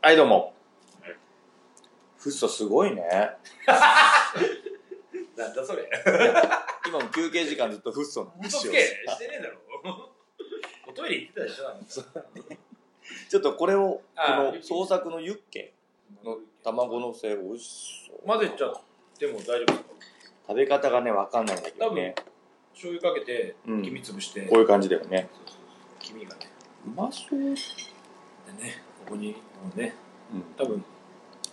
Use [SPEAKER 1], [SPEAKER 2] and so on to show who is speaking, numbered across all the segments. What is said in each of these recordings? [SPEAKER 1] はい、どうも
[SPEAKER 2] はい。
[SPEAKER 1] フッ素すごいね。
[SPEAKER 2] なんだそれ。
[SPEAKER 1] 今も休憩時間ずっとフッ素の
[SPEAKER 2] 嘘
[SPEAKER 1] 話
[SPEAKER 2] つ
[SPEAKER 1] を
[SPEAKER 2] け。してねえだろ。 おトイレ行ってたでしょ、なんか
[SPEAKER 1] ちょっとこれを、こ
[SPEAKER 2] あーユッ
[SPEAKER 1] の
[SPEAKER 2] ケ
[SPEAKER 1] 創作のユッケの卵のせ美味しそう。
[SPEAKER 2] 混ぜちゃっても大丈夫ですか
[SPEAKER 1] 食べ方がね、わかんないんだけどね。
[SPEAKER 2] 醤油かけて、
[SPEAKER 1] うん
[SPEAKER 2] 黄身潰して、
[SPEAKER 1] こういう感じだよね。
[SPEAKER 2] 黄身がね。
[SPEAKER 1] うまそう。うん。
[SPEAKER 2] でね、ここに、もうね、多分、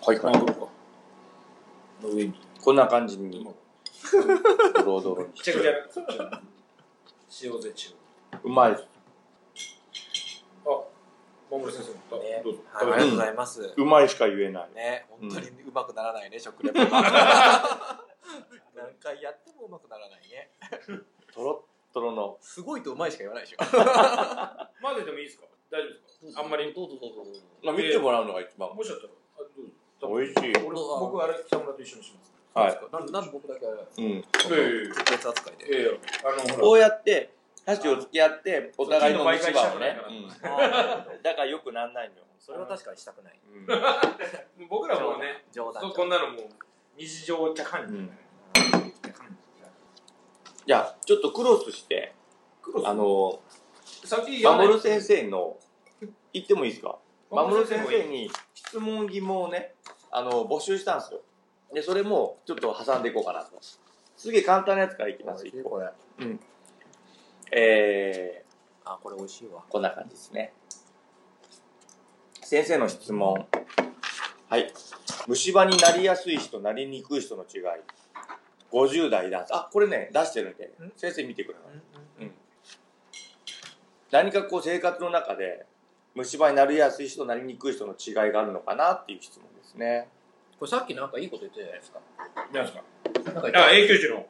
[SPEAKER 1] はい
[SPEAKER 2] マングローか。の上に。
[SPEAKER 1] こんな感じに、ドロドロに。
[SPEAKER 2] ちゃくちゃ。塩ぜ、塩。
[SPEAKER 1] うまいです。
[SPEAKER 2] あ、マングロ先生、あ
[SPEAKER 3] ね
[SPEAKER 2] どうぞ。
[SPEAKER 3] はいありがとうございます。
[SPEAKER 1] うまいしか言えない。
[SPEAKER 3] ね、
[SPEAKER 1] うん
[SPEAKER 3] 本当にうまくならない ね、食レポが。何回やってもうまくならないね。
[SPEAKER 1] とろっとろの。
[SPEAKER 3] すごいとうまいしか言わないでしょ。
[SPEAKER 2] 混ぜてもいいですか大丈夫ですかあんまり。
[SPEAKER 3] どうぞどうぞどうぞ。
[SPEAKER 1] まあ、見てもらうのが一番。
[SPEAKER 2] もしあったら、あどうぞ。多分
[SPEAKER 1] 美味しい。
[SPEAKER 2] 俺
[SPEAKER 3] あ
[SPEAKER 2] 僕はあれ、北村と一緒にします。
[SPEAKER 1] はい
[SPEAKER 3] そうですか。なんなんで僕だけあれなんです
[SPEAKER 1] うん。
[SPEAKER 2] いやいやいや
[SPEAKER 3] か特別扱いで。
[SPEAKER 2] ええあの、
[SPEAKER 1] こ
[SPEAKER 2] ほ
[SPEAKER 1] うやって、箸を付き合って、お互いの
[SPEAKER 2] そっち
[SPEAKER 1] 持ち
[SPEAKER 2] の媒介
[SPEAKER 1] 場
[SPEAKER 2] した
[SPEAKER 1] を
[SPEAKER 2] くない
[SPEAKER 1] ね
[SPEAKER 2] から。
[SPEAKER 1] うん
[SPEAKER 3] あー
[SPEAKER 1] だからよくなんないのよ。
[SPEAKER 3] それは確かにしたくない。
[SPEAKER 1] うん
[SPEAKER 2] ら、僕らもね、
[SPEAKER 3] 冗談
[SPEAKER 2] そ
[SPEAKER 3] 冗
[SPEAKER 2] う
[SPEAKER 3] 談
[SPEAKER 2] こんなのもう、日常茶飯事じゃない。茶飯
[SPEAKER 1] じゃあ、ちょっとクロスして、
[SPEAKER 2] 事
[SPEAKER 1] あ、の、
[SPEAKER 2] 先
[SPEAKER 1] マモ
[SPEAKER 2] 守
[SPEAKER 1] ル先生の、言ってもいいですかマモル先生
[SPEAKER 2] に。
[SPEAKER 1] に質問疑問をね、あの、募集したんですよ。で、それも、ちょっと挟んでいこうかなと。すげえ簡単なやつからいきます、一個。
[SPEAKER 3] これ。
[SPEAKER 1] え
[SPEAKER 3] あ、これ美味しいわ。
[SPEAKER 1] ー、こんな感じですね。先生の質問。はい。虫歯になりやすい人、なりにくい人の違い。50代男性。あ、これね、出してるんで
[SPEAKER 3] ん、
[SPEAKER 1] 先生見てください。何かこう生活の中で虫歯になりやすい人なりにくい人の違いがあるのかなっていう質問ですね
[SPEAKER 3] これさっきなんかいいこと言ってたじゃないです
[SPEAKER 2] なんですか
[SPEAKER 3] か。なんか言って
[SPEAKER 2] あ、永久児の、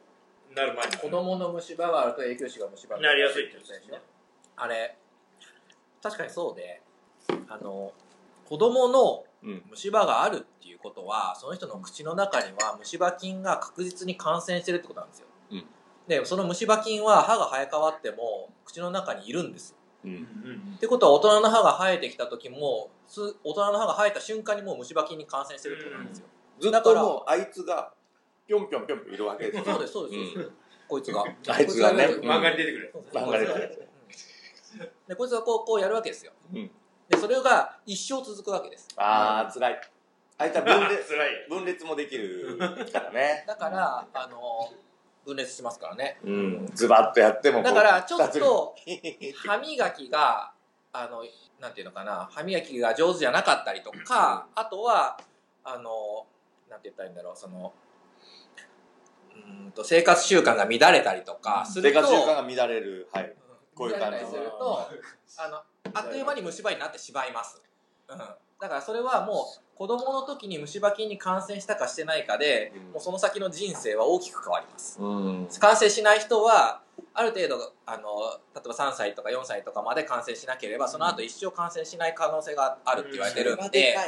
[SPEAKER 2] なる前に。
[SPEAKER 3] 子供の虫歯があると永久歯が虫歯
[SPEAKER 2] なりやすいってやつですね
[SPEAKER 3] あれ確かにそうであの子供の
[SPEAKER 1] うん
[SPEAKER 3] 虫歯があるっていうことはその人の口の中には虫歯菌が確実に感染してるってことなんですよ、
[SPEAKER 1] うん
[SPEAKER 3] でその虫歯菌は歯が生え変わっても口の中にいるんですよ
[SPEAKER 1] う
[SPEAKER 2] うん
[SPEAKER 1] ん
[SPEAKER 2] うん
[SPEAKER 3] ってことは大人の歯が生えてきた時もす大人の歯が生えた瞬間にもう虫歯菌に感染してるってことなんですよ、
[SPEAKER 1] ずっともうあいつがぴょんぴょんぴょんぴょんいるわけですよ
[SPEAKER 3] そうですそうです、そうですこいつが
[SPEAKER 1] あいつがね
[SPEAKER 3] こいつ
[SPEAKER 2] うん。
[SPEAKER 1] ま
[SPEAKER 2] 漫画に出てくる。
[SPEAKER 1] 漫画で書いて
[SPEAKER 3] でこいつがこうこうやるわけですよ
[SPEAKER 1] うん
[SPEAKER 3] でそれが一生続くわけです
[SPEAKER 1] ああつらいあいつは分裂
[SPEAKER 2] 辛い。
[SPEAKER 1] 分裂もできるからね
[SPEAKER 3] だから、あの分裂しますからね
[SPEAKER 1] うんズバッとやってもこう
[SPEAKER 3] だからちょっと
[SPEAKER 1] 二つに
[SPEAKER 3] 歯磨きがあのなんていうのかな歯磨きが上手じゃなかったりとかあとはあのなんて言ったらいいんだろうそのうーんと生活習慣が乱れたりとかす
[SPEAKER 1] 生
[SPEAKER 3] ると
[SPEAKER 1] 活習慣が乱れるはいこういう感じ
[SPEAKER 3] 乱れたりするとあのあっという間に虫歯になってしまいます、うん、だからそれはもう子供の時に虫歯菌に感染したかしてないかで、
[SPEAKER 1] うん
[SPEAKER 3] もうその先の人生は大きく変わります
[SPEAKER 1] うん
[SPEAKER 3] 感染しない人はある程度あの例えば3歳とか4歳とかまで感染しなければその後一生感染しない可能性があるって言われてるんで、
[SPEAKER 1] いな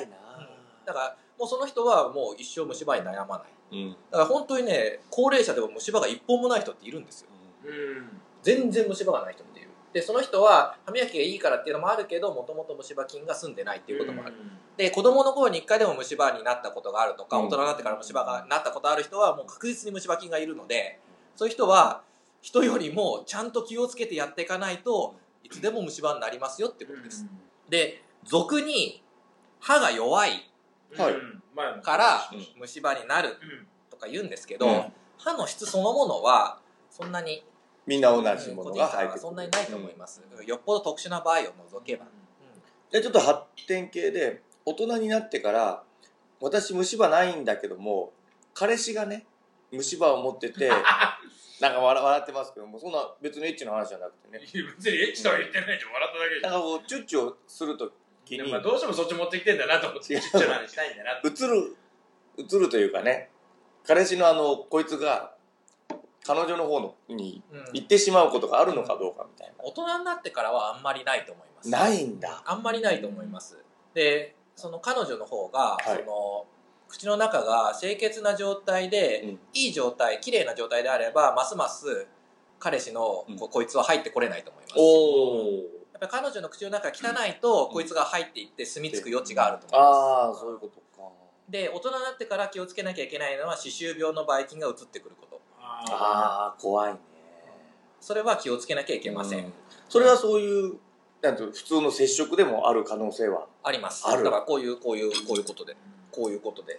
[SPEAKER 3] だからもうその人はもう一生虫歯に悩まない
[SPEAKER 1] うん
[SPEAKER 3] だから本当にね高齢者でも虫歯が一本もない人っているんですよ
[SPEAKER 2] うん。
[SPEAKER 3] 全然虫歯がない人っていうでその人は歯磨きがいいからっていうのもあるけどもともと虫歯菌が住んでないっていうこともある、で子供の頃に1回でも虫歯になったことがあるとか、
[SPEAKER 1] うん
[SPEAKER 3] 大人になってから虫歯がなったことある人はもう確実に虫歯菌がいるのでそういう人は人よりもちゃんと気をつけてやっていかないといつでも虫歯になりますよってことです、で俗に歯が弱い
[SPEAKER 2] うん。
[SPEAKER 1] はい
[SPEAKER 2] うん。前の
[SPEAKER 3] から
[SPEAKER 1] うん
[SPEAKER 3] 虫歯になる
[SPEAKER 2] うん
[SPEAKER 3] とか言うんですけど、
[SPEAKER 1] うん
[SPEAKER 3] 歯の質そのものはそんなに
[SPEAKER 1] みんな同じものが入ってくる
[SPEAKER 3] そんなにないと思います、よっぽど特殊な場合を除けば、
[SPEAKER 1] でちょっと発展系で大人になってから私虫歯ないんだけども彼氏がね虫歯を持って てなんか笑笑ってますけどもそんな別にエッチな話じゃなくてね
[SPEAKER 2] 別にエッチとは言ってないじゃん。笑っただけじゃ
[SPEAKER 1] なん
[SPEAKER 2] ん。
[SPEAKER 1] かこうチュッチュをするときに
[SPEAKER 2] まあどうしてもそっち持ってきてんだなと思って、
[SPEAKER 1] 違
[SPEAKER 2] ち
[SPEAKER 1] う
[SPEAKER 2] っちゃな話したいんだなって。
[SPEAKER 1] 映る映るというかね彼氏のあのこいつが彼女の方のに
[SPEAKER 3] うん
[SPEAKER 1] 行ってしまうことがあるのかどうかみたい
[SPEAKER 3] 大人になってからはあんまりないと思います
[SPEAKER 1] なないんだ
[SPEAKER 3] あんまりないと思いますでその彼女の方が、
[SPEAKER 1] はい
[SPEAKER 3] その口の中が清潔な状態で、
[SPEAKER 1] うん
[SPEAKER 3] いい状態綺麗な状態であればますます彼氏のこ,、
[SPEAKER 1] うん
[SPEAKER 3] こいつは入ってこれないと思います
[SPEAKER 1] おお
[SPEAKER 3] やっぱ彼女の口の中が汚いと、こいつが入っていって住み着く余地があると思います。
[SPEAKER 1] ああそういうことか
[SPEAKER 3] で、大人になってから気をつけなきゃいけないのは、歯周病のばい菌が移ってくること。
[SPEAKER 2] あ
[SPEAKER 1] ああ怖いね
[SPEAKER 3] それは気をつけなきゃいけません。
[SPEAKER 1] うそれはそういうなんていうの普通の接触でもある可能性は
[SPEAKER 3] あります。
[SPEAKER 1] ある
[SPEAKER 3] だからこういう、こういう、こういうことで、
[SPEAKER 2] ー
[SPEAKER 3] こういうことで、移っ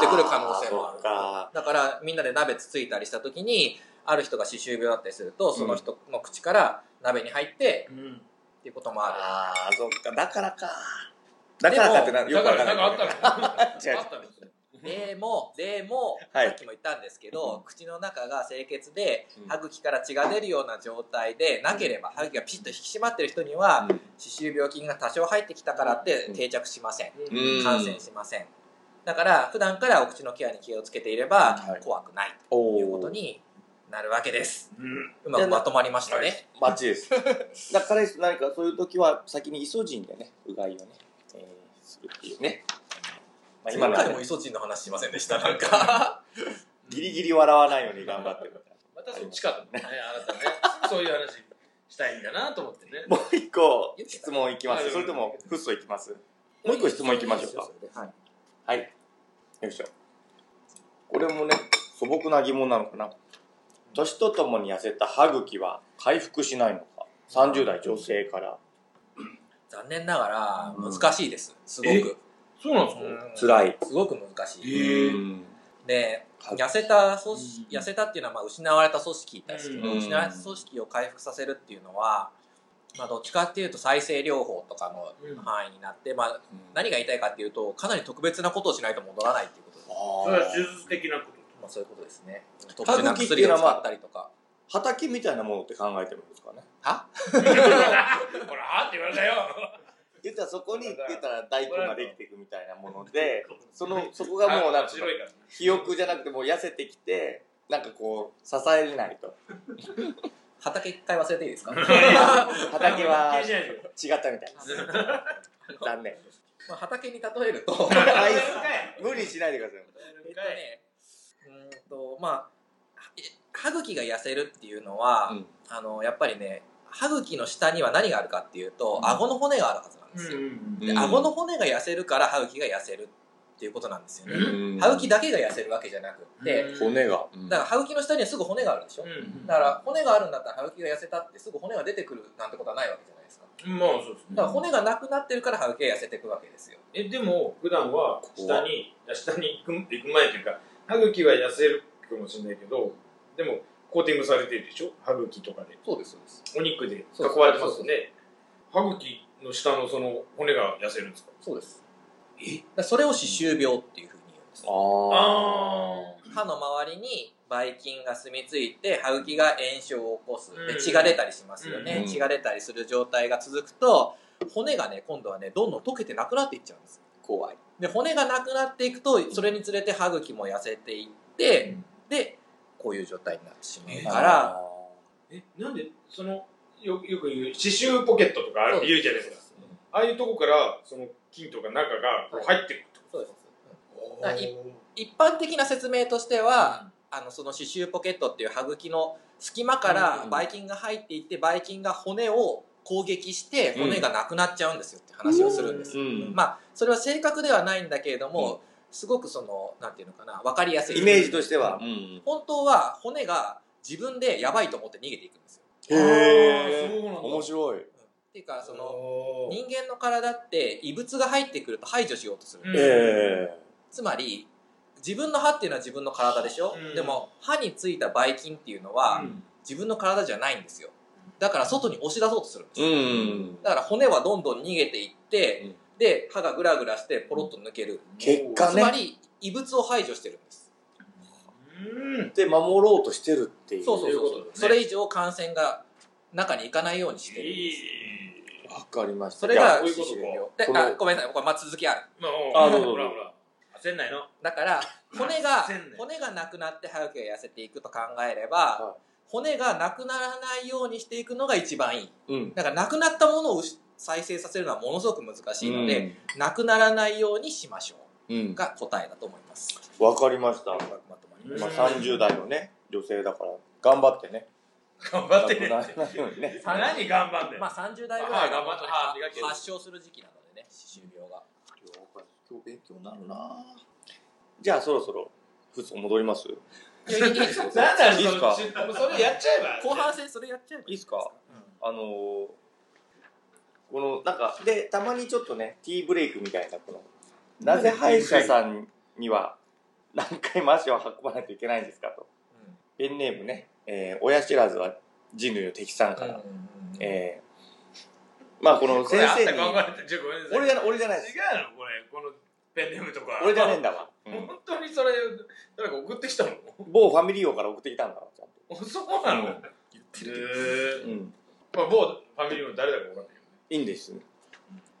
[SPEAKER 3] てくる可能性もある
[SPEAKER 1] ーそ。うか
[SPEAKER 3] だからみんなで鍋つついたりした時にある人が歯周病だったりするとその人の口から鍋に入って
[SPEAKER 2] うん。
[SPEAKER 3] っていうこともある、
[SPEAKER 1] ああそっかだからかだからかってなよ
[SPEAKER 2] だ
[SPEAKER 1] く
[SPEAKER 2] か
[SPEAKER 1] わ
[SPEAKER 2] ら、
[SPEAKER 1] かんな
[SPEAKER 2] ないんかあったの
[SPEAKER 1] 違う
[SPEAKER 2] あったの
[SPEAKER 3] でもでも、
[SPEAKER 1] はい
[SPEAKER 3] さっきも言ったんですけど、
[SPEAKER 1] うん
[SPEAKER 3] 口の中が清潔で
[SPEAKER 1] うん
[SPEAKER 3] 歯茎から血が出るような状態でなければ歯茎がピシッと引き締まってる人には歯周病菌が多少入ってきたからって定着しません、
[SPEAKER 1] うん
[SPEAKER 3] 感染しませんだから普段からお口のケアに気をつけていれば
[SPEAKER 1] はい
[SPEAKER 3] 怖くない
[SPEAKER 1] お
[SPEAKER 3] と
[SPEAKER 1] ー
[SPEAKER 3] いうことになるわけです
[SPEAKER 2] うん。
[SPEAKER 3] うまくまとまりました
[SPEAKER 2] は
[SPEAKER 3] ね
[SPEAKER 2] い
[SPEAKER 1] バッチリですだから彼氏と何かそういう時は先にイソジンでねうがいをね、えーするっていうね、まあ、今
[SPEAKER 3] 前
[SPEAKER 1] の
[SPEAKER 3] 回
[SPEAKER 1] は
[SPEAKER 3] も
[SPEAKER 1] ね
[SPEAKER 3] イソチンの話しませんでしたなんか
[SPEAKER 1] ギリギリ笑わないように頑張ってる
[SPEAKER 2] またそっちかと思ったね、あなたね。そういう話したいんだなと思ってね。
[SPEAKER 1] もう一個質問いきますそれともフッ素いきますもう一個質問いきましょうか
[SPEAKER 3] はい
[SPEAKER 1] はいよいしょこれもね素朴な疑問なのかな年とともに痩せた歯茎は回復しないのか30代女性から
[SPEAKER 3] 残念なが
[SPEAKER 1] う
[SPEAKER 3] ら
[SPEAKER 1] ん
[SPEAKER 3] 難しいですすごく
[SPEAKER 2] そうなんです
[SPEAKER 3] うん
[SPEAKER 1] 辛い
[SPEAKER 3] すごく難しい
[SPEAKER 2] へえ
[SPEAKER 1] うん
[SPEAKER 3] で
[SPEAKER 1] はい
[SPEAKER 3] 痩せた組織
[SPEAKER 2] うん
[SPEAKER 3] 痩せたっていうのはまあ失われた組織ですけど
[SPEAKER 1] うん
[SPEAKER 3] 失われた組織を回復させるっていうのはまあどっちかっていうと再生療法とかの
[SPEAKER 2] うん
[SPEAKER 3] 範囲になってまあ何が言いたいかっていうとかなり特別なことをしないと戻らないっていうことです
[SPEAKER 2] それは手術的なこと。
[SPEAKER 3] まあそういうことですね特
[SPEAKER 1] 歯
[SPEAKER 3] 殊
[SPEAKER 1] 茎
[SPEAKER 3] な
[SPEAKER 1] って
[SPEAKER 3] 薬
[SPEAKER 1] いうの
[SPEAKER 3] を
[SPEAKER 1] はまあ
[SPEAKER 3] 使ったりとか
[SPEAKER 1] 畑みたいなものって考えてるんですかね
[SPEAKER 3] は
[SPEAKER 2] ほら、はって言われたよ。
[SPEAKER 1] 言ったらそこに言ったら大根ができていくみたいなものでそのそこがもうなんか
[SPEAKER 2] 白いから。
[SPEAKER 1] 肥沃じゃなくてもう痩せてきてなんかこう支えれないと
[SPEAKER 3] 畑一回忘れていい ですか
[SPEAKER 1] 畑は
[SPEAKER 2] 気にし
[SPEAKER 1] 違っ
[SPEAKER 2] ないで
[SPEAKER 1] た
[SPEAKER 2] よ
[SPEAKER 1] みたいです残念
[SPEAKER 3] まあ、畑に例えると、
[SPEAKER 1] は
[SPEAKER 2] 帰る
[SPEAKER 1] い無理しないでください
[SPEAKER 3] えっとね、うーんと、まあ、え歯茎が痩せるっていうのは、
[SPEAKER 1] うん
[SPEAKER 3] あの、やっぱりね、歯茎の下には何があるかっていうと、
[SPEAKER 1] うん
[SPEAKER 3] 顎の骨があるはずなんです
[SPEAKER 2] う
[SPEAKER 3] よ。
[SPEAKER 2] ん。
[SPEAKER 1] うん
[SPEAKER 3] で、顎の骨が痩せるから歯茎が痩せるっていうことなんですよね。
[SPEAKER 1] うん
[SPEAKER 3] 歯茎だけが痩せるわけじゃなくって、
[SPEAKER 1] 骨がうん
[SPEAKER 3] だから歯茎の下にはすぐ骨があるでしょ。
[SPEAKER 2] うん。
[SPEAKER 3] だから骨があるんだったら歯茎が痩せたってすぐ骨が出てくるなんてことはないわけじゃないですか。
[SPEAKER 2] まあ、そうですね。
[SPEAKER 3] だから骨がなくなってるから歯茎が痩せていくわけですよ。
[SPEAKER 2] え、でも、普段は、下に、下に行く行く前というか、歯茎は痩せるかもしれないけど、でも、コーティングされてるでしょ歯茎とかで。
[SPEAKER 3] そうです、そうです。
[SPEAKER 2] お肉で囲われてますよね。歯茎の下のその骨が痩せるんですか
[SPEAKER 3] そうです。えそれを歯周病っていうふうに言うんですね。
[SPEAKER 1] あ
[SPEAKER 3] 歯の周りにばい菌が住み着いて歯茎が炎症を起こす
[SPEAKER 2] う
[SPEAKER 3] で
[SPEAKER 2] ん
[SPEAKER 3] 血が出たりしますよね、
[SPEAKER 1] うん
[SPEAKER 3] 血が出たりする状態が続くと骨がね今度はねどんどん溶けてなくなっていっちゃうんです
[SPEAKER 1] 怖い
[SPEAKER 3] で骨がなくなっていくとそれにつれて歯茎も痩せていって、
[SPEAKER 1] うん
[SPEAKER 3] でこういう状態になってしまう
[SPEAKER 2] え
[SPEAKER 3] から
[SPEAKER 2] え、なんで、その、よよく言う、刺繍ポケットとかある言うじゃないですか。ああいうとこから、その菌とか中がこう入ってくるって
[SPEAKER 3] そうです
[SPEAKER 2] こと
[SPEAKER 3] はいだ一般的な説明としては、あのその刺繍ポケットっていう歯茎の隙間か
[SPEAKER 1] うんうん
[SPEAKER 3] ら
[SPEAKER 1] うん
[SPEAKER 3] ばい菌が入っていってばい菌が骨を攻撃して
[SPEAKER 1] うん
[SPEAKER 3] 骨がなくなっちゃうんですよって話をするんです、
[SPEAKER 1] うん
[SPEAKER 3] まあそれは正確ではないんだけれども、すごくそのなんていうのかな分かりやすい
[SPEAKER 1] イメージとしてはうん
[SPEAKER 3] 本当は骨が自分でやばいと思って逃げていくんですよ
[SPEAKER 1] へ
[SPEAKER 2] あーそ
[SPEAKER 1] え
[SPEAKER 2] うなんだ
[SPEAKER 1] 面白い
[SPEAKER 3] っていうかその
[SPEAKER 2] の
[SPEAKER 3] 人間の体って異物が入ってくると排除しようとするんです
[SPEAKER 2] うん
[SPEAKER 1] ええ
[SPEAKER 3] つまり自分の歯っていうのは自分の体でしょ、
[SPEAKER 2] うん
[SPEAKER 3] でも歯についたばい菌っていうのは、自分の体じゃないんですよだから外に押し出そうとするんです
[SPEAKER 1] う
[SPEAKER 3] よ、
[SPEAKER 1] ん
[SPEAKER 3] だから骨はどんどん逃げていって、
[SPEAKER 1] うん
[SPEAKER 3] で歯がグラグラしてポロッと抜ける、
[SPEAKER 1] 結果
[SPEAKER 3] つま
[SPEAKER 1] ね
[SPEAKER 3] り異物を排除してるんです、
[SPEAKER 2] うん。
[SPEAKER 1] で守ろうとしてるっていう
[SPEAKER 3] そうそうそう
[SPEAKER 2] そう
[SPEAKER 3] そ
[SPEAKER 2] いうことですね
[SPEAKER 3] れ以上感染が中に行かないようにしてるんです
[SPEAKER 1] わかりました
[SPEAKER 3] それが
[SPEAKER 2] いやこういう
[SPEAKER 3] 歯
[SPEAKER 2] ことか
[SPEAKER 3] 周病で
[SPEAKER 1] その
[SPEAKER 3] あごめんなさいこれまあ続きある
[SPEAKER 2] まあ、
[SPEAKER 1] あ
[SPEAKER 2] あ、
[SPEAKER 1] ど
[SPEAKER 2] ど
[SPEAKER 1] う
[SPEAKER 2] う
[SPEAKER 1] ぞ
[SPEAKER 2] ほらほら。焦んないの。
[SPEAKER 3] だから骨が
[SPEAKER 2] 焦んない
[SPEAKER 3] 骨がなくなって歯茎が痩せていくと考えれば、
[SPEAKER 1] はい
[SPEAKER 3] 骨がなくならないようにしていくのが一番いい
[SPEAKER 1] うん
[SPEAKER 3] だからなくなったものを再生させるのはものすごく難しいので、なくならないようにしましょ
[SPEAKER 1] うん
[SPEAKER 3] うが答えだと思います。
[SPEAKER 1] わかりました
[SPEAKER 3] まとまりまし
[SPEAKER 1] まあ、
[SPEAKER 2] うん
[SPEAKER 1] 30代のね女性だから頑張ってね
[SPEAKER 2] 頑張って
[SPEAKER 1] なく
[SPEAKER 2] ね
[SPEAKER 1] ならないようにね。
[SPEAKER 2] さらに頑張んだよ
[SPEAKER 3] まあ30代ぐらいが
[SPEAKER 2] はい頑張ったはい磨ける
[SPEAKER 3] 発症する時期なのでね歯周病が
[SPEAKER 1] 今日勉強になるなじゃあそろそろ、ふつ戻りますい
[SPEAKER 3] いやいいですよ
[SPEAKER 2] なんだよ
[SPEAKER 1] いいっすか
[SPEAKER 2] そのそれやっちゃえば
[SPEAKER 3] 後半戦それやっちゃえば
[SPEAKER 1] いですかあのー、この、なんか、で、たまにちょっとね、ティーブレイクみたいな、この、なぜ歯医者さんには何回も足を運ばないといけないんですかと。ペンネームね、えー親知らずは人類の敵さんから。えー、まあこの
[SPEAKER 2] こ
[SPEAKER 1] 先
[SPEAKER 2] れあっ
[SPEAKER 1] 生
[SPEAKER 2] た
[SPEAKER 1] に
[SPEAKER 2] か分かんないちょごめんなさい
[SPEAKER 1] 俺じゃない俺じゃないです
[SPEAKER 2] 違うのこれこのペンネームとか
[SPEAKER 1] 俺じゃねえんだわ、うん
[SPEAKER 2] 本当にそれ誰か送ってきたの
[SPEAKER 1] 某ファミリー王から送ってきたんだわちゃんと、
[SPEAKER 2] そうなのへ
[SPEAKER 3] 言ってる
[SPEAKER 2] え
[SPEAKER 1] うん、
[SPEAKER 2] まあ某ファミリーの誰だか分かんないけどね
[SPEAKER 1] いいんです、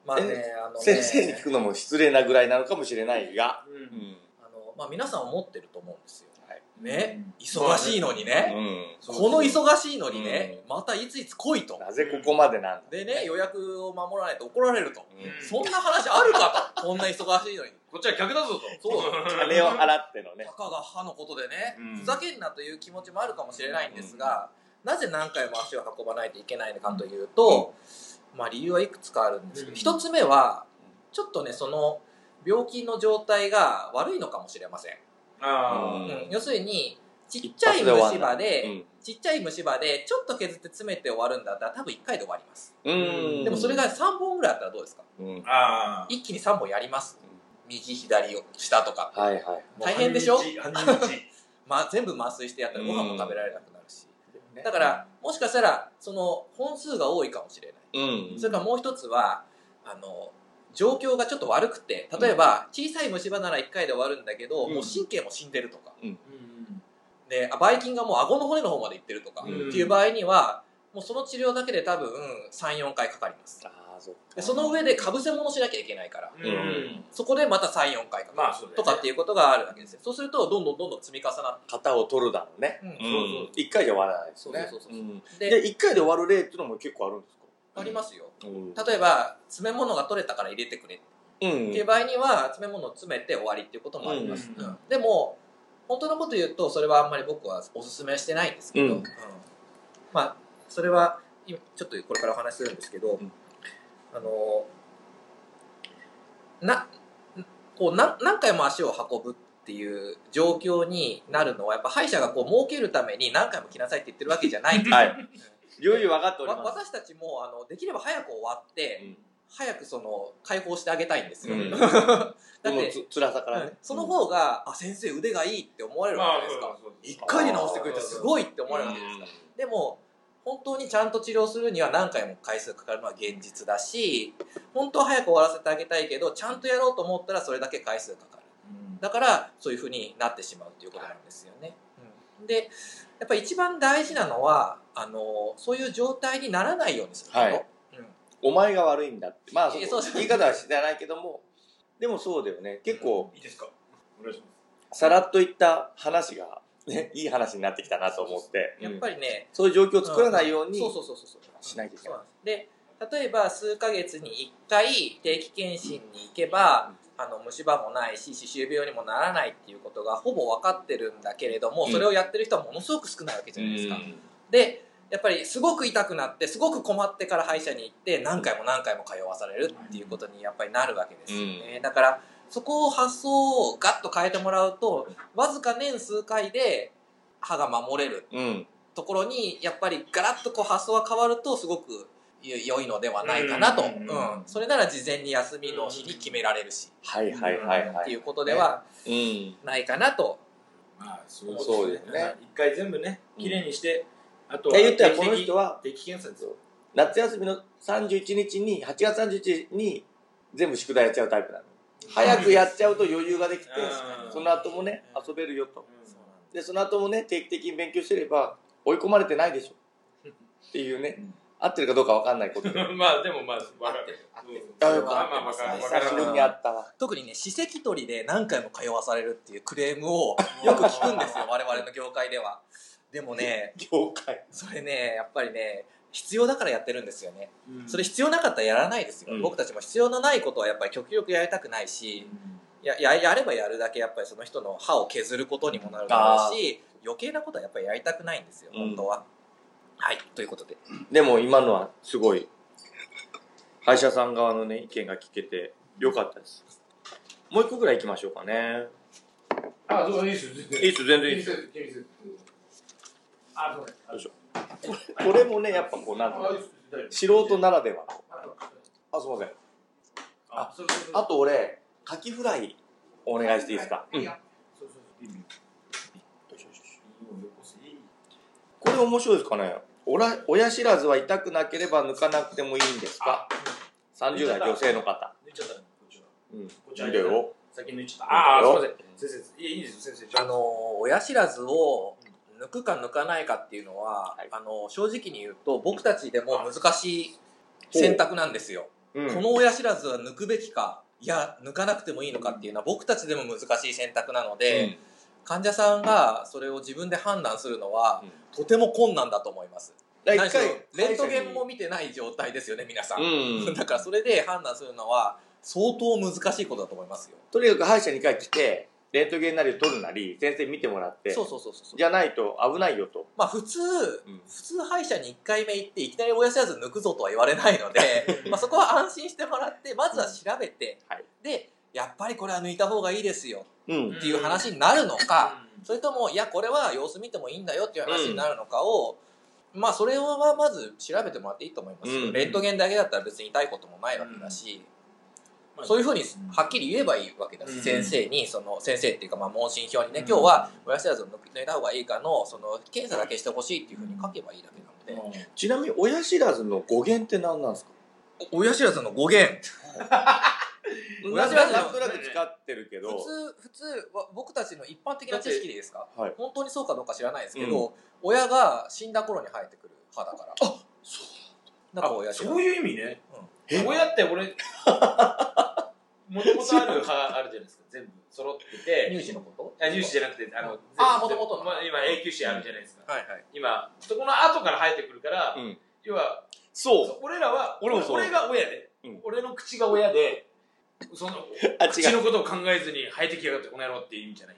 [SPEAKER 3] まあねあのね
[SPEAKER 1] 先生に聞くのも失礼なぐらいなのかもしれないが、
[SPEAKER 2] うん
[SPEAKER 1] うん
[SPEAKER 3] あのまあ皆さん思ってると思うんですよ
[SPEAKER 1] はい
[SPEAKER 3] ね忙しいのに
[SPEAKER 1] う
[SPEAKER 3] ね
[SPEAKER 1] ん、
[SPEAKER 3] この忙しいのにねまたいついつ来いと
[SPEAKER 1] なぜここまでなんだ、
[SPEAKER 3] でね予約を守らないと怒られると
[SPEAKER 1] うん
[SPEAKER 3] そんな話あるか とこんな忙しいのに
[SPEAKER 2] こっちは逆だぞと
[SPEAKER 3] そう
[SPEAKER 1] 金を払ってのね
[SPEAKER 3] たかが歯のことでね、
[SPEAKER 1] うん
[SPEAKER 3] ふざけんなという気持ちもあるかもしれないんですが、なぜ何回も足を運ばないといけないのかというと、まあ理由はいくつかあるんです
[SPEAKER 2] う
[SPEAKER 3] けど、
[SPEAKER 2] ん
[SPEAKER 3] 一、つ目は、ちょっとね、その病気の状態が悪いのかもしれません。
[SPEAKER 1] う
[SPEAKER 2] あ
[SPEAKER 1] ん
[SPEAKER 3] うん要するに、ちっちゃい
[SPEAKER 1] 一発で終わん
[SPEAKER 3] 虫歯で、
[SPEAKER 1] うん
[SPEAKER 3] ちっちゃい虫歯で、ちょっと削って詰めて終わるんだったら多分1回で終わります。
[SPEAKER 1] うん
[SPEAKER 3] でもそれが3本ぐらいあったらどうですか
[SPEAKER 1] うん
[SPEAKER 2] あああ
[SPEAKER 3] 一気に3本やります。右、左、下とか。
[SPEAKER 1] はいはい
[SPEAKER 3] 大変でしょ
[SPEAKER 2] 半日半 日
[SPEAKER 3] まあ、全部麻酔してやったらご飯も食べられなくなるし、
[SPEAKER 1] うん
[SPEAKER 3] だからもしかしたらその本数が多いかもしれない、
[SPEAKER 1] うん
[SPEAKER 3] それからもう一つはあの状況がちょっと悪くて例えば小さい虫歯なら1回で終わるんだけど、
[SPEAKER 1] うん
[SPEAKER 3] もう神経も死んでるとか
[SPEAKER 2] うん
[SPEAKER 3] であばい菌がもう顎の骨の方まで行ってるとか、
[SPEAKER 1] うん
[SPEAKER 3] っていう場合にはもうその治療だけで多分34回かかります
[SPEAKER 1] ああそっか
[SPEAKER 3] でその上でかぶせ物しなきゃいけないから、
[SPEAKER 1] うん
[SPEAKER 2] うん
[SPEAKER 3] そこでまた34回かかる、
[SPEAKER 2] まあそうだよね
[SPEAKER 3] とかっていうことがあるわけですよそうするとどんどんどんどん積み重なって
[SPEAKER 1] 型を取るだのね、
[SPEAKER 3] うん
[SPEAKER 2] そうそう
[SPEAKER 1] 一回じゃ終わらないですね
[SPEAKER 3] そうそうそうそうんで
[SPEAKER 1] で一回で終わる例っていうのも結構あるんですか
[SPEAKER 3] ありますよ
[SPEAKER 1] うん
[SPEAKER 3] 例えば詰め物が取れたから入れてくれっ
[SPEAKER 1] うん
[SPEAKER 3] ていう場合には詰め物を詰めて終わりっていうこともあります、
[SPEAKER 2] うん
[SPEAKER 3] うんでも本当のこと言うとそれはあんまり僕はおすすめしてないんですけど、
[SPEAKER 1] うん
[SPEAKER 3] うんまあそれは今ちょっとこれからお話しするんですけど、
[SPEAKER 1] ん
[SPEAKER 3] あのなこうな何回も足を運ぶっていう状況になるのはやっぱ歯医者がこう儲けるために何回も来なさいって言ってるわけじゃないんですよ
[SPEAKER 1] はい。いよいよ分かっており
[SPEAKER 3] わ
[SPEAKER 1] ます。
[SPEAKER 3] 私たちもあのできれば早く終わって、
[SPEAKER 1] うん
[SPEAKER 3] 早くその解放してあげたいんですよ、
[SPEAKER 1] うん
[SPEAKER 3] だ
[SPEAKER 1] でも
[SPEAKER 3] って
[SPEAKER 1] つ辛さから
[SPEAKER 3] うん
[SPEAKER 1] ね。
[SPEAKER 3] その方が、あ先生腕がいいって思われる
[SPEAKER 2] ま
[SPEAKER 3] わ
[SPEAKER 2] あ
[SPEAKER 3] けじゃない
[SPEAKER 2] そう
[SPEAKER 3] ですか
[SPEAKER 1] あ
[SPEAKER 3] 一回で治してくれてすごいって思われるわけですから、でも本当にちゃんと治療するには何回も回数かかるのは現実だし本当は早く終わらせてあげたいけどちゃんとやろうと思ったらそれだけ回数かかる
[SPEAKER 2] うん
[SPEAKER 3] だからそういうふうになってしまうっていうことなんですよね。うんでやっぱり一番大事なのはあのそういう状態にならないようにすること。
[SPEAKER 1] はい
[SPEAKER 3] うん
[SPEAKER 1] お前が悪いんだって。まあ、そ
[SPEAKER 3] いやそう
[SPEAKER 1] こ
[SPEAKER 3] そう
[SPEAKER 1] 言い方は知らないけども、でもそうだよね。結構、
[SPEAKER 2] いいですかお願いします
[SPEAKER 1] さらっと言った話が、ね、いい話になってきたなと思って、
[SPEAKER 3] やっ
[SPEAKER 1] うん
[SPEAKER 3] ぱりね、
[SPEAKER 1] そういう状況を作らないように
[SPEAKER 3] そうそうそうそうそう
[SPEAKER 1] しなきゃいけない
[SPEAKER 3] そうなんですで例えば数ヶ月に1回定期検診に行けば、あの虫歯もないし歯周病にもならないっていうことがほぼ分かってるんだけれども、
[SPEAKER 1] うん
[SPEAKER 3] それをやってる人はものすごく少ないわけじ
[SPEAKER 1] う
[SPEAKER 3] ゃないですか。
[SPEAKER 1] ん
[SPEAKER 3] でやっぱりすごく痛くなってすごく困ってから歯医者に行って何回も何回も通わされるっていうことにやっぱりなるわけですよね、だからそこを発想をガッと変えてもらうとわずか年数回で歯が守れる
[SPEAKER 1] うん。
[SPEAKER 3] ところにやっぱりガラッとこう発想が変わるとすごく良いのではないかなと、
[SPEAKER 2] う
[SPEAKER 3] うんんそれなら事前に休みの日に決められるし、
[SPEAKER 1] はいはいはい
[SPEAKER 3] っ
[SPEAKER 1] は
[SPEAKER 3] て
[SPEAKER 1] い。
[SPEAKER 3] いうことでは
[SPEAKER 1] うん。
[SPEAKER 3] ないかなと、
[SPEAKER 2] まあそ
[SPEAKER 1] そうですね
[SPEAKER 2] 一回全部ね綺麗にしてあと
[SPEAKER 1] で言ったらこの人
[SPEAKER 2] は
[SPEAKER 1] は、
[SPEAKER 2] 定期検査ですよ
[SPEAKER 1] 夏休みの31日に、8月31日に全部宿題やっちゃうタイプなの。早くやっちゃうと余裕ができて、
[SPEAKER 2] うん
[SPEAKER 1] その後もね、遊べるよと。
[SPEAKER 2] そうなんだ
[SPEAKER 1] でその後もね定期的に勉強してれば追い込まれてないでしょっていうね
[SPEAKER 2] うん
[SPEAKER 1] 合ってるかどうか分かんないことで
[SPEAKER 2] まあでもまあわかる
[SPEAKER 3] 合ってる
[SPEAKER 1] 合って
[SPEAKER 2] う
[SPEAKER 1] る
[SPEAKER 2] んまあまあわかるわ
[SPEAKER 1] 久
[SPEAKER 2] かる
[SPEAKER 1] しぶりに会ったわ
[SPEAKER 3] 特にね歯石取りで何回も通わされるっていうクレームを よく聞くんですよ我々の業界ではでもね
[SPEAKER 1] 業界
[SPEAKER 3] それねやっぱりね必要だからやってるんですよね
[SPEAKER 2] うん
[SPEAKER 3] それ必要なかったらやらないですよ、
[SPEAKER 1] うん
[SPEAKER 3] 僕たちも必要のないことはやっぱり極力やりたくないしやややればやるだけやっぱりその人の歯を削ることにもなるだろうし余計なことはやっぱりやりたくないんですよ
[SPEAKER 1] うん
[SPEAKER 3] 本当は、はい、ということで。
[SPEAKER 1] でも今のはすごい、歯医者さん側のね、意見が聞けてよかったです。もう一個ぐらい行きましょうかね。
[SPEAKER 4] あ、そう、いいですよ、全
[SPEAKER 1] いいっす、全然いい
[SPEAKER 4] 然。
[SPEAKER 1] っす。
[SPEAKER 4] 気にせず気にせずあ、そう
[SPEAKER 1] よいしょこれもね、やっぱこう、なんていう
[SPEAKER 4] あ、いい
[SPEAKER 1] の
[SPEAKER 4] っす、大丈夫
[SPEAKER 1] 素人ならでは。あ、すいません。
[SPEAKER 4] あ、そうそうそう
[SPEAKER 1] あと俺、カキフライお願いしていいですか。
[SPEAKER 4] は
[SPEAKER 1] うん
[SPEAKER 4] よそうそうそう
[SPEAKER 1] これ面白いですかね。おら親知らずは痛くなければ抜かなくてもいいんですか ?30 代女性の方。
[SPEAKER 2] 抜いちゃったねこっちは
[SPEAKER 1] うん。い
[SPEAKER 2] っちはい
[SPEAKER 1] んだよ。
[SPEAKER 2] 先抜いちゃったああす
[SPEAKER 1] 抜い
[SPEAKER 2] いま
[SPEAKER 1] た
[SPEAKER 2] せん
[SPEAKER 1] よ
[SPEAKER 2] 先生いやいいですよ先生
[SPEAKER 3] あのー親知らずを抜くか抜かないかっていうのは、
[SPEAKER 1] はい
[SPEAKER 3] あのー正直に言うと僕たちでも難しい選択なんですよ、
[SPEAKER 1] うん。
[SPEAKER 3] この親知らずは抜くべきかいや抜かなくてもいいのかっていうのは僕たちでも難しい選択なので、患者さんがそれを自分で判断するのは、
[SPEAKER 1] うん
[SPEAKER 3] とても困難だと思います
[SPEAKER 1] うん
[SPEAKER 3] 何しろレントゲン。
[SPEAKER 1] 一
[SPEAKER 3] も見てない状態ですよね皆さん、
[SPEAKER 1] 回うん。
[SPEAKER 3] だからそれで判断するのは相当難しいことだと思いますよ
[SPEAKER 1] とにかく歯医者に回来て、レントゲンなりを取るなり、先生見てもらって、
[SPEAKER 3] そうそうそうそう
[SPEAKER 1] じゃないと危ないよと。
[SPEAKER 3] まあ普通、
[SPEAKER 1] うん
[SPEAKER 3] 普通歯医者に1回目行っていきなり親知らず抜くぞとは言われない のでまあそこは安心してもらってまずは調べて、
[SPEAKER 1] うんはい
[SPEAKER 3] でやっぱりこれは抜いた方がいいですよ
[SPEAKER 1] うん。
[SPEAKER 3] っていう話になるのか、それともいやこれは様子見てもいいんだよっていう話になるのかを、まあそれはまず調べてもらっていいと思いますよ、
[SPEAKER 1] うん
[SPEAKER 3] レントゲンだけだったら別に痛いこともないわけだし、そういうふうにはっきり言えばいいわけだし、
[SPEAKER 2] うん
[SPEAKER 3] 先生にその先生っていうかまあ問診票にね、
[SPEAKER 2] うん
[SPEAKER 3] 今日は親知らずを抜いた方がいいかのその検査だけしてほしいっていうふうに書けばいいだけなので、
[SPEAKER 1] ちなみに親知らずの語源って何なんですか
[SPEAKER 3] お親知らずの語源親知らずの
[SPEAKER 1] なんとなく使ってるけ
[SPEAKER 3] 普
[SPEAKER 1] ど、
[SPEAKER 3] 通普通は僕たちの一般的な知識でいいですか、
[SPEAKER 1] はい
[SPEAKER 3] 本当にそうかどうか知らないですけど、親が死んだ頃に生えてくる歯だからあそうなんか親知ら
[SPEAKER 2] そう
[SPEAKER 3] ず
[SPEAKER 2] いう意味ね
[SPEAKER 1] え
[SPEAKER 2] 親って 俺もともとある歯あるじゃないですか全部揃ってて
[SPEAKER 3] 乳歯のこと
[SPEAKER 2] あ乳歯じゃなくてあの
[SPEAKER 3] あ
[SPEAKER 2] 全
[SPEAKER 3] ー
[SPEAKER 2] 部
[SPEAKER 3] 元々の
[SPEAKER 2] まあ今永久歯あるじゃないですか
[SPEAKER 3] はいはい
[SPEAKER 2] 今そこの後から生えてくるから
[SPEAKER 1] うん
[SPEAKER 2] 要は
[SPEAKER 1] そう。
[SPEAKER 2] 俺らは
[SPEAKER 1] 俺もそう
[SPEAKER 2] 俺が親で、
[SPEAKER 1] うん
[SPEAKER 2] 俺の口が親でその
[SPEAKER 1] あ、
[SPEAKER 2] 口
[SPEAKER 1] 違う。
[SPEAKER 2] のことを考えずに生えてきやがってこの野郎っていう意味じゃない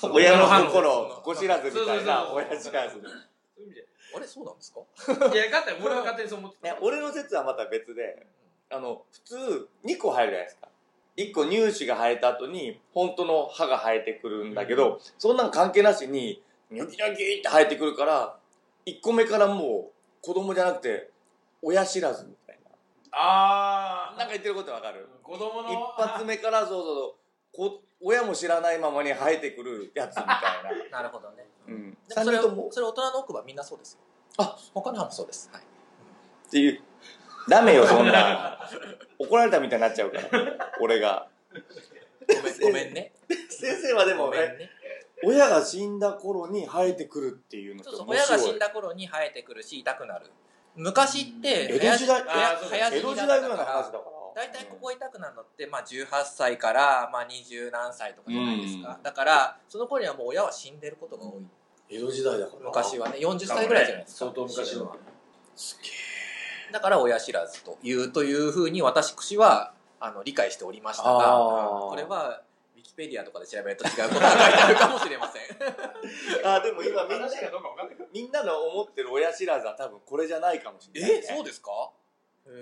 [SPEAKER 2] その
[SPEAKER 1] 親の
[SPEAKER 2] 歯
[SPEAKER 1] 心、ご知らずみたいな
[SPEAKER 2] そうそうそ
[SPEAKER 1] 親
[SPEAKER 2] う
[SPEAKER 1] 知らず。
[SPEAKER 2] そういう意味じ
[SPEAKER 3] あれそうなんですか
[SPEAKER 2] ゃないいや勝手に俺は勝手にそう思って
[SPEAKER 1] ね
[SPEAKER 2] た、
[SPEAKER 1] 俺の説はまた別で、あの、普通、2個入るじゃないですか。1個乳歯が生えた後に、本当の歯が生えてくるんだけど、そんなん関係なしに、ニョキニョキって生えてくるから、1個目からもう、子供じゃなくて、親知らずみたいな。
[SPEAKER 2] ああ
[SPEAKER 1] なんか言ってることわかる
[SPEAKER 2] 子供の
[SPEAKER 1] 一発目から、そうそうそう、こ親も知らないままに生えてくるやつみたいな。
[SPEAKER 3] なるほどね、
[SPEAKER 1] うん。
[SPEAKER 3] でもそれ
[SPEAKER 1] 3人とも
[SPEAKER 3] それ大人の奥歯みんなそうですよ
[SPEAKER 1] あ
[SPEAKER 3] 他の歯もそうです、はい、
[SPEAKER 1] っていう。ダメよ、そんな。怒られたみたいになっちゃうから、俺が。
[SPEAKER 3] ごめんごめんね
[SPEAKER 1] 先生はで
[SPEAKER 3] ご
[SPEAKER 1] も
[SPEAKER 3] めん
[SPEAKER 1] ね、
[SPEAKER 3] ね
[SPEAKER 1] 親が死んだ頃に生えてくるっていうのって
[SPEAKER 3] そうそう
[SPEAKER 1] 面
[SPEAKER 3] 親
[SPEAKER 1] 白
[SPEAKER 3] が
[SPEAKER 1] い。
[SPEAKER 3] 死んだ頃に生えてくるし痛くなる昔って
[SPEAKER 1] 江戸時代
[SPEAKER 3] 早
[SPEAKER 2] あーそう
[SPEAKER 3] 早
[SPEAKER 1] 江
[SPEAKER 3] 死
[SPEAKER 1] 戸
[SPEAKER 3] にだ
[SPEAKER 1] 時
[SPEAKER 3] っ
[SPEAKER 1] 代
[SPEAKER 3] た
[SPEAKER 1] ぐらいの
[SPEAKER 3] か
[SPEAKER 1] 話だ
[SPEAKER 3] ら
[SPEAKER 1] から。
[SPEAKER 3] 大体ここ痛くなるのって、まあ、18歳から、まあ、20何歳とかじゃないですか、だからその頃にはもう親は死んでることが多い
[SPEAKER 1] 江戸時代だから。
[SPEAKER 3] 昔はね40歳ぐらいじゃないですか
[SPEAKER 2] 相当昔のは
[SPEAKER 3] だから親知らずというというふうに私口はあの理解しておりましたが
[SPEAKER 1] あー
[SPEAKER 3] これはウィキペディアとかで調べると違うことが書いてあるかもしれません
[SPEAKER 1] あー、でも今みんな、
[SPEAKER 2] 話かどうか分かんないけど
[SPEAKER 1] みんなの思ってる親知らずは多分これじゃないかもしれないね。
[SPEAKER 3] そうですか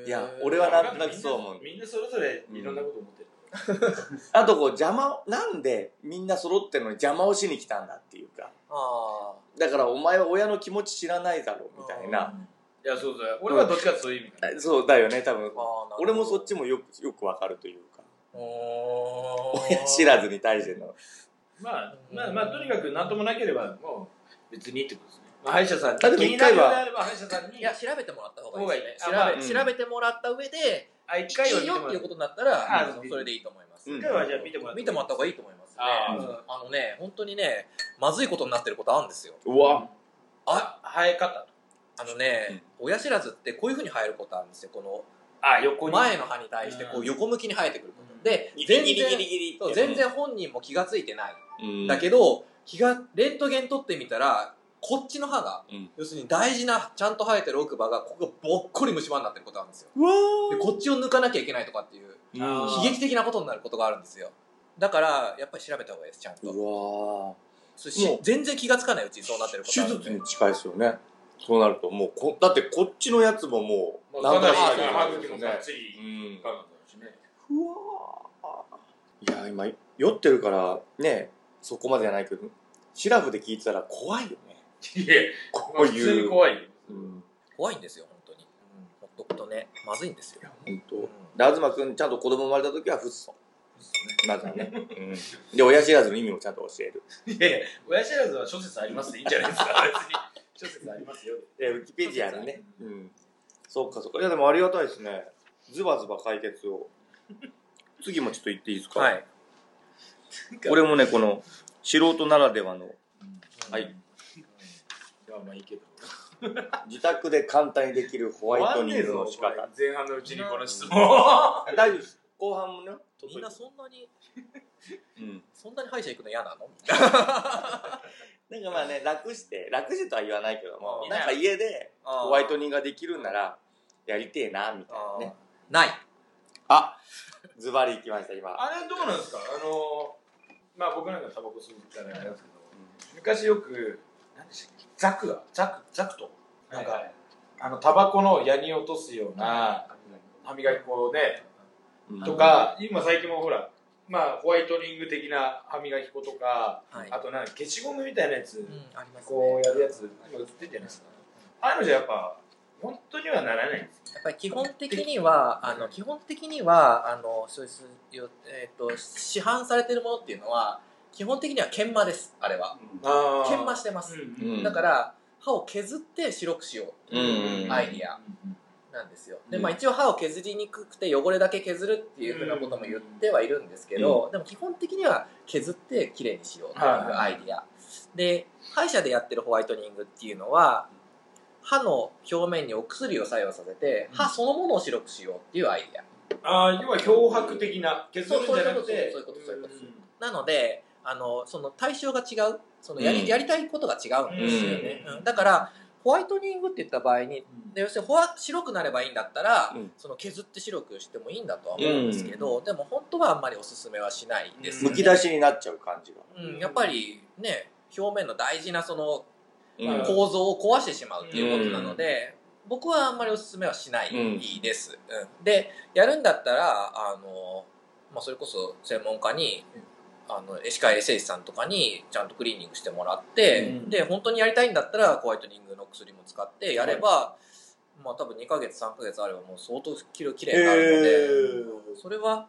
[SPEAKER 1] いや
[SPEAKER 3] へー
[SPEAKER 1] 俺はなんとなくそう思う
[SPEAKER 2] みんなそれぞれいろんなこと思ってる、
[SPEAKER 1] あとこう邪魔を、なんでみんな揃ってるのに邪魔をしに来たんだっていうか。
[SPEAKER 3] あ
[SPEAKER 1] だからお前は親の気持ち知らないだろうみたいな。
[SPEAKER 2] いやそうそう俺はどっちかってそういう意味かな、
[SPEAKER 1] そうだよね、多分
[SPEAKER 3] ー、。あー
[SPEAKER 1] 俺もそっち
[SPEAKER 3] も
[SPEAKER 1] もよく、よくわかるというか。親
[SPEAKER 3] 親
[SPEAKER 1] 知らずに対しての。
[SPEAKER 2] まあまあまあとにかく何ともなければもう別にってことですね、まあ、歯医者さんに
[SPEAKER 1] だって
[SPEAKER 2] 気になるようであれば歯医者さんに
[SPEAKER 3] いや調べてもらった方がいいですね
[SPEAKER 2] 方
[SPEAKER 3] 調
[SPEAKER 2] がいいあ
[SPEAKER 3] べ,、
[SPEAKER 1] まあ
[SPEAKER 3] 調べてもらった上で
[SPEAKER 2] あ一
[SPEAKER 3] い
[SPEAKER 2] 回はい見て
[SPEAKER 3] よ
[SPEAKER 2] も
[SPEAKER 3] っ
[SPEAKER 2] ら
[SPEAKER 3] て
[SPEAKER 2] う
[SPEAKER 3] いうことになったら
[SPEAKER 2] あ
[SPEAKER 3] あのそれでいいと思います、
[SPEAKER 1] うん
[SPEAKER 2] 一回はじゃあ見てもらって
[SPEAKER 3] 見てもらった方がいいと思いますね
[SPEAKER 2] あー
[SPEAKER 3] うんあのね本当にねまずいことになってることあるんですよ
[SPEAKER 1] うわ。
[SPEAKER 3] あ
[SPEAKER 2] 生え方
[SPEAKER 3] あのね、親知らずってこういうふうに生えることあるんですよこ
[SPEAKER 2] あ横に
[SPEAKER 3] の前の歯に対してこ
[SPEAKER 2] う
[SPEAKER 3] うん横向きに生えてくるこ
[SPEAKER 2] うん
[SPEAKER 3] とで
[SPEAKER 1] ギリ
[SPEAKER 3] 全
[SPEAKER 1] ギリギリ
[SPEAKER 3] 然
[SPEAKER 1] ギリ。
[SPEAKER 3] そう全然本人も気がついてない、
[SPEAKER 1] うん。
[SPEAKER 3] だけど気がレントゲン取ってみたらこっちの歯が、
[SPEAKER 1] うん
[SPEAKER 3] 要するに大事なちゃんと生えてる奥歯がここがぼっこり虫歯になってることあるんですよ
[SPEAKER 1] うわ
[SPEAKER 3] でこっちを抜かなきゃいけないとかっていう
[SPEAKER 1] ー
[SPEAKER 2] あー
[SPEAKER 3] 悲劇的なことになることがあるんですよだからやっぱり調べた方がいいですちゃん
[SPEAKER 1] う
[SPEAKER 3] と
[SPEAKER 1] わー
[SPEAKER 3] それし
[SPEAKER 1] もう
[SPEAKER 3] 全然気がつかないうちにそうなってることあ
[SPEAKER 1] 手
[SPEAKER 3] るん
[SPEAKER 1] 術
[SPEAKER 3] で
[SPEAKER 1] に近いですよね。そうなるともうこだってこっちのやつももう
[SPEAKER 2] まあ、かなり
[SPEAKER 1] 回
[SPEAKER 2] ね
[SPEAKER 1] あ
[SPEAKER 2] 歯
[SPEAKER 1] るんです
[SPEAKER 2] 茎
[SPEAKER 1] よ
[SPEAKER 2] も
[SPEAKER 1] ね
[SPEAKER 2] がっつり
[SPEAKER 1] うん
[SPEAKER 2] かかんだろうしね。
[SPEAKER 1] うわーいや今酔ってるからねそこまでじゃないけどシラフで聞いてたら怖いよね
[SPEAKER 2] いや、
[SPEAKER 1] こ
[SPEAKER 2] まあ
[SPEAKER 1] う
[SPEAKER 2] 普通
[SPEAKER 1] い
[SPEAKER 2] に
[SPEAKER 1] う、
[SPEAKER 2] 怖いよ。
[SPEAKER 1] うん、
[SPEAKER 3] 怖いんですよ本当にほっとくとねまずいんですよ
[SPEAKER 1] 本当
[SPEAKER 3] うん
[SPEAKER 1] で東君ちゃんと子供生まれた時はフッ素まずはね、うん、で親知らずの意味もちゃんと教える
[SPEAKER 2] いやいや、親知らずは諸説ありますでいいんじゃない ですか、別に。諸説ありますよ。
[SPEAKER 1] えウィキペディアでねうんそうかそうかいやでもありがたいですねズバズバ解決を 次もちょっと言っていいですか
[SPEAKER 3] はい
[SPEAKER 1] これもねこの素人ならではのはい
[SPEAKER 2] うん。まあまあいいけど。
[SPEAKER 1] 自宅で簡単にできるホワイトニングの仕
[SPEAKER 2] 終わ
[SPEAKER 1] 方
[SPEAKER 2] んねえぞ。前半のうちにこの質問。
[SPEAKER 1] 大丈夫です後半もね、
[SPEAKER 3] みんなそんなに
[SPEAKER 1] うん、
[SPEAKER 3] そんなに歯医者行くの嫌なの
[SPEAKER 1] なんかまあね楽して楽してとは言わないけども
[SPEAKER 3] うん
[SPEAKER 1] なんか家でホ
[SPEAKER 3] ホ
[SPEAKER 1] ワイトニングができるんならやりてえなみたいなね
[SPEAKER 3] ない
[SPEAKER 1] あズバリいきました今
[SPEAKER 2] あれはどうなんですかあのー、まあ僕なんかタバコ吸うみたいなのあれなんですけど、昔よく、何でしたっけザクが、ザク、ザクと。なんか、あの、タバコの矢に落とすような歯磨き粉で、
[SPEAKER 1] うん
[SPEAKER 2] とか、今最近もほら、まあホワイトニング的な歯磨き粉とか、
[SPEAKER 3] はい
[SPEAKER 2] あとなんか消しゴムみたいなやつ、
[SPEAKER 3] うんあります
[SPEAKER 2] こ
[SPEAKER 3] ね
[SPEAKER 2] うやるやつ、今売ってんじゃないですか。ああいうのじゃやっぱ、本当にはならないんですよ。
[SPEAKER 3] やっぱり基本的にはあの基本的にはあのそういうよえっ、と市販されてるものっていうのは基本的には研磨ですあれは
[SPEAKER 2] あ
[SPEAKER 3] 研磨してます、
[SPEAKER 2] うん
[SPEAKER 1] うん
[SPEAKER 3] だから歯を削って白くしよ
[SPEAKER 1] うんうん
[SPEAKER 3] うアイディア
[SPEAKER 2] うん
[SPEAKER 3] なんですよで、まあ、一応歯を削りにくくて汚れだけ削るっていうふうなことも言ってはいるんですけど、でも基本的には削ってきれいにしようっていうアイディア、で歯医者でやってるホワイトニングっていうのは歯の表面にお薬を作用させて歯そのものを白くしようっていうアイディア
[SPEAKER 2] ああ、要は漂白的な、削るんじゃなくて、
[SPEAKER 3] そうそういうことそういうことそういうこと
[SPEAKER 2] ん
[SPEAKER 3] なのであのその対象が違うそのやり,、
[SPEAKER 1] うん
[SPEAKER 3] やりたいことが違うんですよね、
[SPEAKER 2] うん
[SPEAKER 3] うんだからホワイトニングって言った場合にで要するにほわ白くなればいいんだったら、
[SPEAKER 1] うん
[SPEAKER 3] その削って白くしてもいいんだとは思うんですけど、でも本当はあんまりおすすめはしないです、
[SPEAKER 1] むき出しになっちゃう感じが
[SPEAKER 3] うん、やっぱりね表面の大事なその
[SPEAKER 2] うん
[SPEAKER 3] 構造を壊してしまうっていうことなので、僕はあんまりおすすめはしないです、うんでやるんだったらあの、まあ、それこそ専門家にあのエシカエセイスさんとかにちゃんとクリーニングしてもらって、
[SPEAKER 2] うん
[SPEAKER 3] で本当にやりたいんだったらホワイトニングの薬も使ってやれば、まあ多分2ヶ月3ヶ月あればもう相当きれいになるので。それは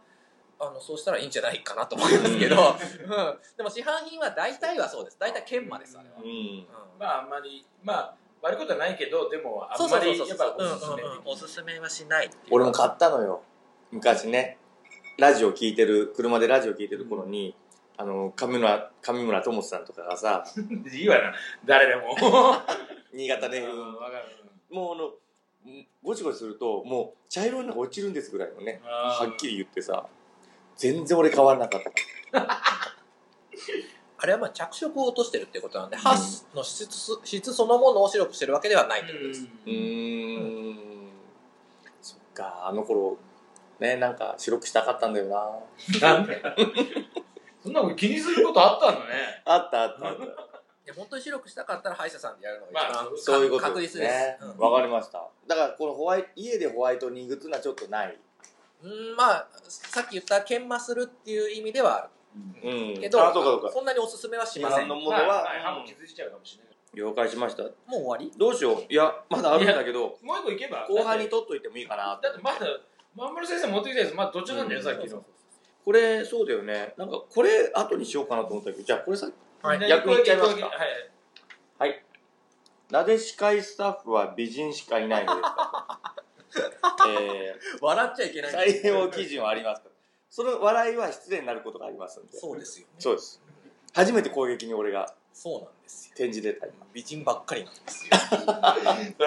[SPEAKER 3] あのそうしたらいいんじゃないかなと思いますけど、うん、でも市販品は大体はそうです大体研磨ですあれは、
[SPEAKER 1] う
[SPEAKER 3] うん
[SPEAKER 1] ん
[SPEAKER 2] まああんまり、まあ悪いことはないけど、でもあ
[SPEAKER 3] そうんそ
[SPEAKER 2] ま
[SPEAKER 3] うそう
[SPEAKER 2] り
[SPEAKER 3] そう
[SPEAKER 2] やっぱおすす
[SPEAKER 3] うん
[SPEAKER 2] め
[SPEAKER 3] うんうんおすすめはしないっていう
[SPEAKER 1] 俺も買ったのよ昔ねラジオ聞いてる車でラジオ聞いてる頃に、あの上村上村智さんとかがさ
[SPEAKER 2] いいわな、誰でも。
[SPEAKER 1] 新潟で、
[SPEAKER 2] うんわかる
[SPEAKER 1] もうあのんゴシゴシするともう茶色いのが落ちるんですぐらいのねはっきり言ってさ全然俺変わんなかった
[SPEAKER 3] あれはまあ着色を落としてるっていうことなんでハスの質そ質そのものを白くしてるわけではないってことです、
[SPEAKER 1] うーんそっかあの頃ねなんか白くしたかったんだよな
[SPEAKER 2] なんでそんなこと気にすることあったんだね。
[SPEAKER 1] あったあった
[SPEAKER 3] いや本当に白くしたかったら歯医者さんでやるのが一
[SPEAKER 2] まあ
[SPEAKER 3] 番、
[SPEAKER 1] そういうこと
[SPEAKER 3] 確
[SPEAKER 1] です
[SPEAKER 3] 実です
[SPEAKER 1] ね
[SPEAKER 3] うん
[SPEAKER 1] わ、かりましただからこのホワイ家でホワイトニングっていうのはちょっとない
[SPEAKER 3] うんまあさっき言った研磨するっていう意味ではあ
[SPEAKER 1] う
[SPEAKER 3] る
[SPEAKER 1] ん
[SPEAKER 3] けど、
[SPEAKER 1] あそうかそうか
[SPEAKER 3] そんなにおすすめはしま
[SPEAKER 1] 市
[SPEAKER 3] せ
[SPEAKER 1] 販
[SPEAKER 3] ん
[SPEAKER 1] の
[SPEAKER 3] も
[SPEAKER 1] ものは、
[SPEAKER 2] まあ歯も
[SPEAKER 1] うん
[SPEAKER 2] 傷ついちゃうかもしれない。
[SPEAKER 1] 了解しました
[SPEAKER 3] う終わり
[SPEAKER 1] どうしよういやまだあるんだけど
[SPEAKER 2] もう一個いけば
[SPEAKER 1] 後半に
[SPEAKER 2] と。
[SPEAKER 1] 取っといてもいいかな
[SPEAKER 2] だってまだ、まんまる先生持ってきたやつ、まあどっちなんだよ、さっきの。
[SPEAKER 1] これそうだよねなんかこれ後にしようかなと思ったけどじゃあこれさ
[SPEAKER 3] はい
[SPEAKER 2] で
[SPEAKER 1] 逆にいっちゃいますか
[SPEAKER 2] 一個だけはい。
[SPEAKER 1] なで司会スタッフは美人しかいないのですか えー
[SPEAKER 3] 笑っちゃいけないんです
[SPEAKER 1] 採用基準はありますからその笑いは失礼になることがありますんで
[SPEAKER 3] そうですよね
[SPEAKER 1] そうです初めて攻撃に俺が
[SPEAKER 3] そうなんですよ
[SPEAKER 1] 転じ出た今
[SPEAKER 3] 美人ばっかりなんですよ
[SPEAKER 2] そ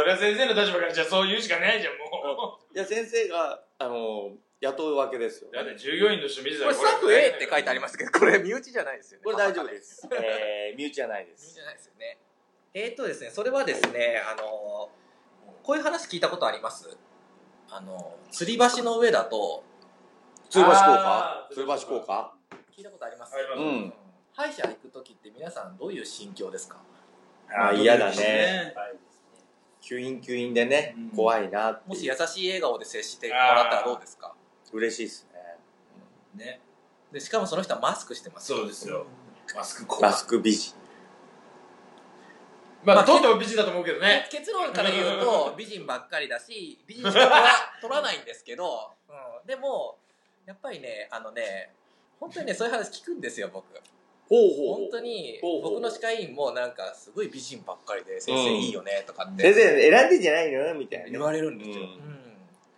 [SPEAKER 2] れは先生の立場からじゃあそう言うしかないじゃん、も
[SPEAKER 1] いや先生があの雇うわけですよ
[SPEAKER 2] う。だって従業員の人見てた。
[SPEAKER 3] これスタッフ A って書いてありますすけどこれ身内じゃないですよね
[SPEAKER 1] これ大丈夫です、えー、身内じゃないで
[SPEAKER 3] 身内
[SPEAKER 1] す
[SPEAKER 3] じゃないですよねえーっとですねそれはですねあのこういう話聞いたことありますあの吊り橋の上だと
[SPEAKER 1] 吊り橋効果
[SPEAKER 2] あー
[SPEAKER 1] 吊り橋効果
[SPEAKER 3] 聞いたことあります
[SPEAKER 2] あります
[SPEAKER 1] うん
[SPEAKER 3] 歯医者行く時って皆さんどういう心境ですか
[SPEAKER 1] あー嫌だね。キュインキュインでね、
[SPEAKER 2] うん
[SPEAKER 1] 怖いなって
[SPEAKER 3] もし
[SPEAKER 1] いう
[SPEAKER 3] 優しい笑顔で接してもらったらどうですか
[SPEAKER 1] 嬉しいですね
[SPEAKER 2] ね
[SPEAKER 3] でしかもその人はマスクしてますよ
[SPEAKER 2] そうですよマスクコ
[SPEAKER 1] マスク美人
[SPEAKER 2] ま
[SPEAKER 3] まあ
[SPEAKER 2] あとっても美人だと思うけどね
[SPEAKER 3] け結論から言 うと美人ばっかりだし美人しか取ら取らないんですけど、うん、でもやっぱりねあのね本当にねそういう話聞くんですよ僕
[SPEAKER 1] ほう
[SPEAKER 3] 本当に
[SPEAKER 1] ほうほう
[SPEAKER 3] 僕の歯科医院もなんかすごい美人ばっかりで先生いいよねとかっ
[SPEAKER 1] 先
[SPEAKER 3] て
[SPEAKER 1] 生選んでんじゃないのみたいな
[SPEAKER 3] 言われるんですよ、
[SPEAKER 1] うん
[SPEAKER 3] うん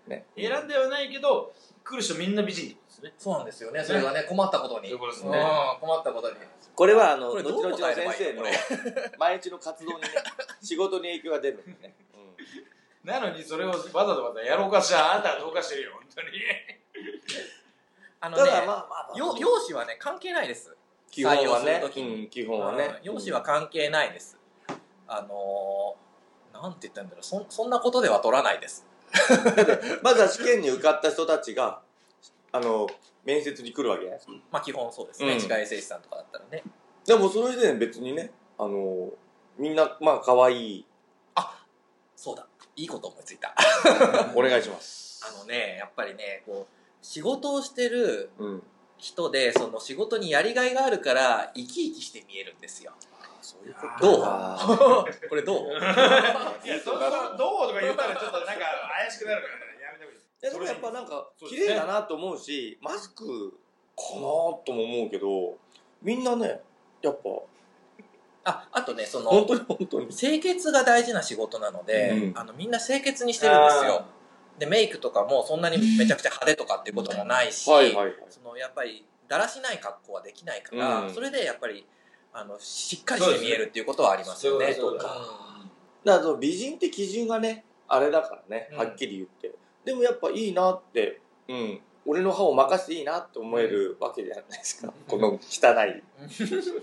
[SPEAKER 1] ね
[SPEAKER 2] 選んではないけど来る人みんな美人ってことですね
[SPEAKER 3] そうなんですよねそれがね困ったことに
[SPEAKER 2] そういうことです
[SPEAKER 3] うん
[SPEAKER 2] ね
[SPEAKER 3] 困ったことに
[SPEAKER 1] これはあの
[SPEAKER 3] これど
[SPEAKER 1] 後
[SPEAKER 3] う
[SPEAKER 1] 々の
[SPEAKER 3] 答え
[SPEAKER 1] 先
[SPEAKER 3] ればいい
[SPEAKER 1] 生の
[SPEAKER 3] の
[SPEAKER 1] 毎日の活 動にね仕事に影響が出るんですね、
[SPEAKER 2] なのにそれをわざわざやろうかしらあなたはどうかしてるよ本当に
[SPEAKER 3] あ
[SPEAKER 1] う
[SPEAKER 3] の
[SPEAKER 1] んた
[SPEAKER 3] ね
[SPEAKER 1] だまあまあ、ま
[SPEAKER 3] よ
[SPEAKER 1] あ、
[SPEAKER 3] 容姿はね関係ないです
[SPEAKER 1] 基本
[SPEAKER 3] 採用
[SPEAKER 1] は
[SPEAKER 3] する
[SPEAKER 1] ね
[SPEAKER 3] 時、に
[SPEAKER 1] うん、基本はね
[SPEAKER 3] うん容姿は関係ないですあのーなんて言ったらいいんだろうそんそんなことでは取らないです
[SPEAKER 1] まずは試験に受かった人たちがあの面接に来るわけじゃないですか
[SPEAKER 3] まあ基本そうですね、
[SPEAKER 1] うん
[SPEAKER 3] 歯科衛生士さんとかだったらね
[SPEAKER 1] でもその時点で別にねあのみんなまあ可愛い
[SPEAKER 3] そうだいいこと思いついた
[SPEAKER 1] お願いします、
[SPEAKER 3] あのねやっぱりねこう仕事をしてる
[SPEAKER 1] うん、
[SPEAKER 3] 人でその仕事にやりがいがあるから生き生きして見えるんですよ
[SPEAKER 1] そういうこと
[SPEAKER 3] どう
[SPEAKER 1] あ
[SPEAKER 3] これどう
[SPEAKER 2] いやそんなどうとか言ったらちょっとなんか怪しくなるからやめてもいいです
[SPEAKER 1] いやでもやっぱなんか
[SPEAKER 2] そう
[SPEAKER 1] 綺
[SPEAKER 2] ですね
[SPEAKER 1] 麗だなと思うしマスクかなとも思うけどみんなねやっぱ
[SPEAKER 3] ああとねその
[SPEAKER 1] 本当に本当に
[SPEAKER 3] 清潔が大事な仕事なの
[SPEAKER 1] う
[SPEAKER 3] で、
[SPEAKER 1] ん
[SPEAKER 3] あのみんな清潔にしてるんですよでメイクとかもそんなにめちゃくちゃ派手とかっていうこともないし、
[SPEAKER 1] はいはいはい
[SPEAKER 3] そのやっぱりだらしない格好はできないから、
[SPEAKER 1] うん
[SPEAKER 3] それでやっぱりあのしっかりして見えるっていうことはありますよね
[SPEAKER 2] そうですね
[SPEAKER 1] だからその美人って基準がねあれだからね
[SPEAKER 3] うん
[SPEAKER 1] はっきり言って、でもやっぱいいなって、うん、俺の歯を任せていいなって思えるわけじゃないですか、この汚い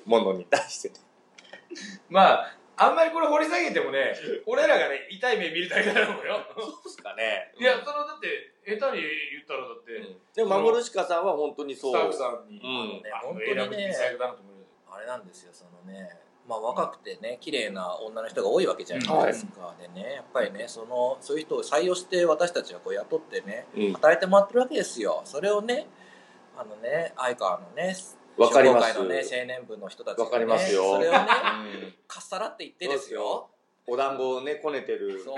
[SPEAKER 1] ものに対してね
[SPEAKER 2] まああんまりこれ掘り下げてもね俺らがね痛い目見るだけだと思うよ
[SPEAKER 1] ですかね
[SPEAKER 2] いやそのだって下手に言ったらだって、
[SPEAKER 1] でもマモルシカさんは本当に
[SPEAKER 2] ス
[SPEAKER 1] そう
[SPEAKER 2] タッフさんに、
[SPEAKER 1] うん
[SPEAKER 2] あの
[SPEAKER 3] 本当にね
[SPEAKER 2] 選ぶに最悪だなと思うよ
[SPEAKER 3] あれなんですよそのねまあ若くてね綺麗な女の人が多いわけじゃないですか、でねやっぱりねそのそういう人を採用して私たちはこう雇ってね
[SPEAKER 1] うん
[SPEAKER 3] 働いてもらってるわけですよそれをねあのね相川のね
[SPEAKER 1] わかります
[SPEAKER 3] 商工会のね青年部の人たちがね
[SPEAKER 1] わかりますよ
[SPEAKER 3] それをね
[SPEAKER 1] うん
[SPEAKER 3] かっさらって言ってですよ
[SPEAKER 1] お団子をねこねてる
[SPEAKER 3] そう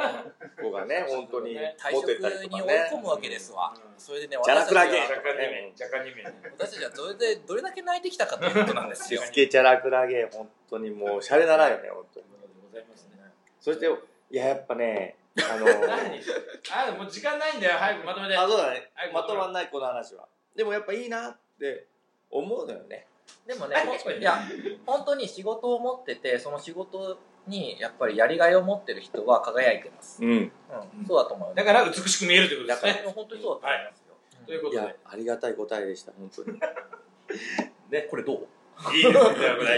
[SPEAKER 1] 子がね本当に
[SPEAKER 3] 退
[SPEAKER 1] モ
[SPEAKER 3] 職
[SPEAKER 1] テたりと
[SPEAKER 3] に
[SPEAKER 1] か
[SPEAKER 3] 追い
[SPEAKER 1] ね
[SPEAKER 3] 込むわけですわ、
[SPEAKER 2] うん
[SPEAKER 3] それでね
[SPEAKER 1] チャラ
[SPEAKER 3] 私
[SPEAKER 1] ク
[SPEAKER 3] た
[SPEAKER 1] ラ
[SPEAKER 3] ち
[SPEAKER 1] ゲ
[SPEAKER 3] は
[SPEAKER 1] ー
[SPEAKER 2] 若干に目若干に目
[SPEAKER 3] 私たちはそれでどれだけ泣いてきたかということなんです
[SPEAKER 1] し
[SPEAKER 3] よ
[SPEAKER 1] つけチャラクラゲー本当にもうシャレならんよね本当に
[SPEAKER 2] ございますね
[SPEAKER 1] そしていややっぱねあ の
[SPEAKER 2] 何あもう時間ないんだよ早くまとめて
[SPEAKER 1] あそうだね
[SPEAKER 2] はい
[SPEAKER 1] まとまんないこの話はでもやっぱいいなって思うのよね
[SPEAKER 3] でもね
[SPEAKER 2] はい
[SPEAKER 3] ほんいや本当に仕事を持っててその仕事にやっぱりやりがいを持ってる人は輝いてます、
[SPEAKER 1] うん
[SPEAKER 3] うんそうだと思う
[SPEAKER 2] だから美しく見えるということ
[SPEAKER 3] だ
[SPEAKER 2] です
[SPEAKER 3] から
[SPEAKER 2] ね
[SPEAKER 3] 本当にそうだと思いますよ、
[SPEAKER 2] というこ
[SPEAKER 1] い
[SPEAKER 2] とで
[SPEAKER 1] やありがたい答えでした本当に
[SPEAKER 3] ねこれどう
[SPEAKER 2] いいですね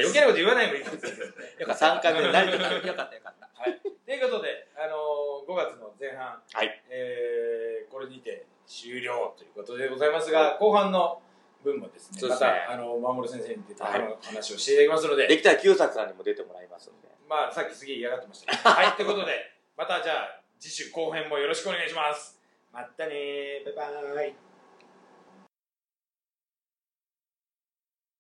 [SPEAKER 2] 余計なこと言わない方がいいです
[SPEAKER 3] よ
[SPEAKER 1] 3回目慣れてた
[SPEAKER 3] よかったよかった
[SPEAKER 2] ということで、あのー、5月の前半、
[SPEAKER 1] はい
[SPEAKER 2] えーこれにて終了ということでございますが、後半の分もですね、
[SPEAKER 1] そうで
[SPEAKER 2] ます
[SPEAKER 1] ね
[SPEAKER 2] た、あの守先生に出た
[SPEAKER 1] はい
[SPEAKER 2] 話をしていただきますので、
[SPEAKER 1] できたら清作さんにも出てもらいますんで
[SPEAKER 2] まあ、さっきすげえ嫌がってましたけど、 はい、ということで、またじゃあ、次週後編もよろしくお願いします。またねー、バイバーイ。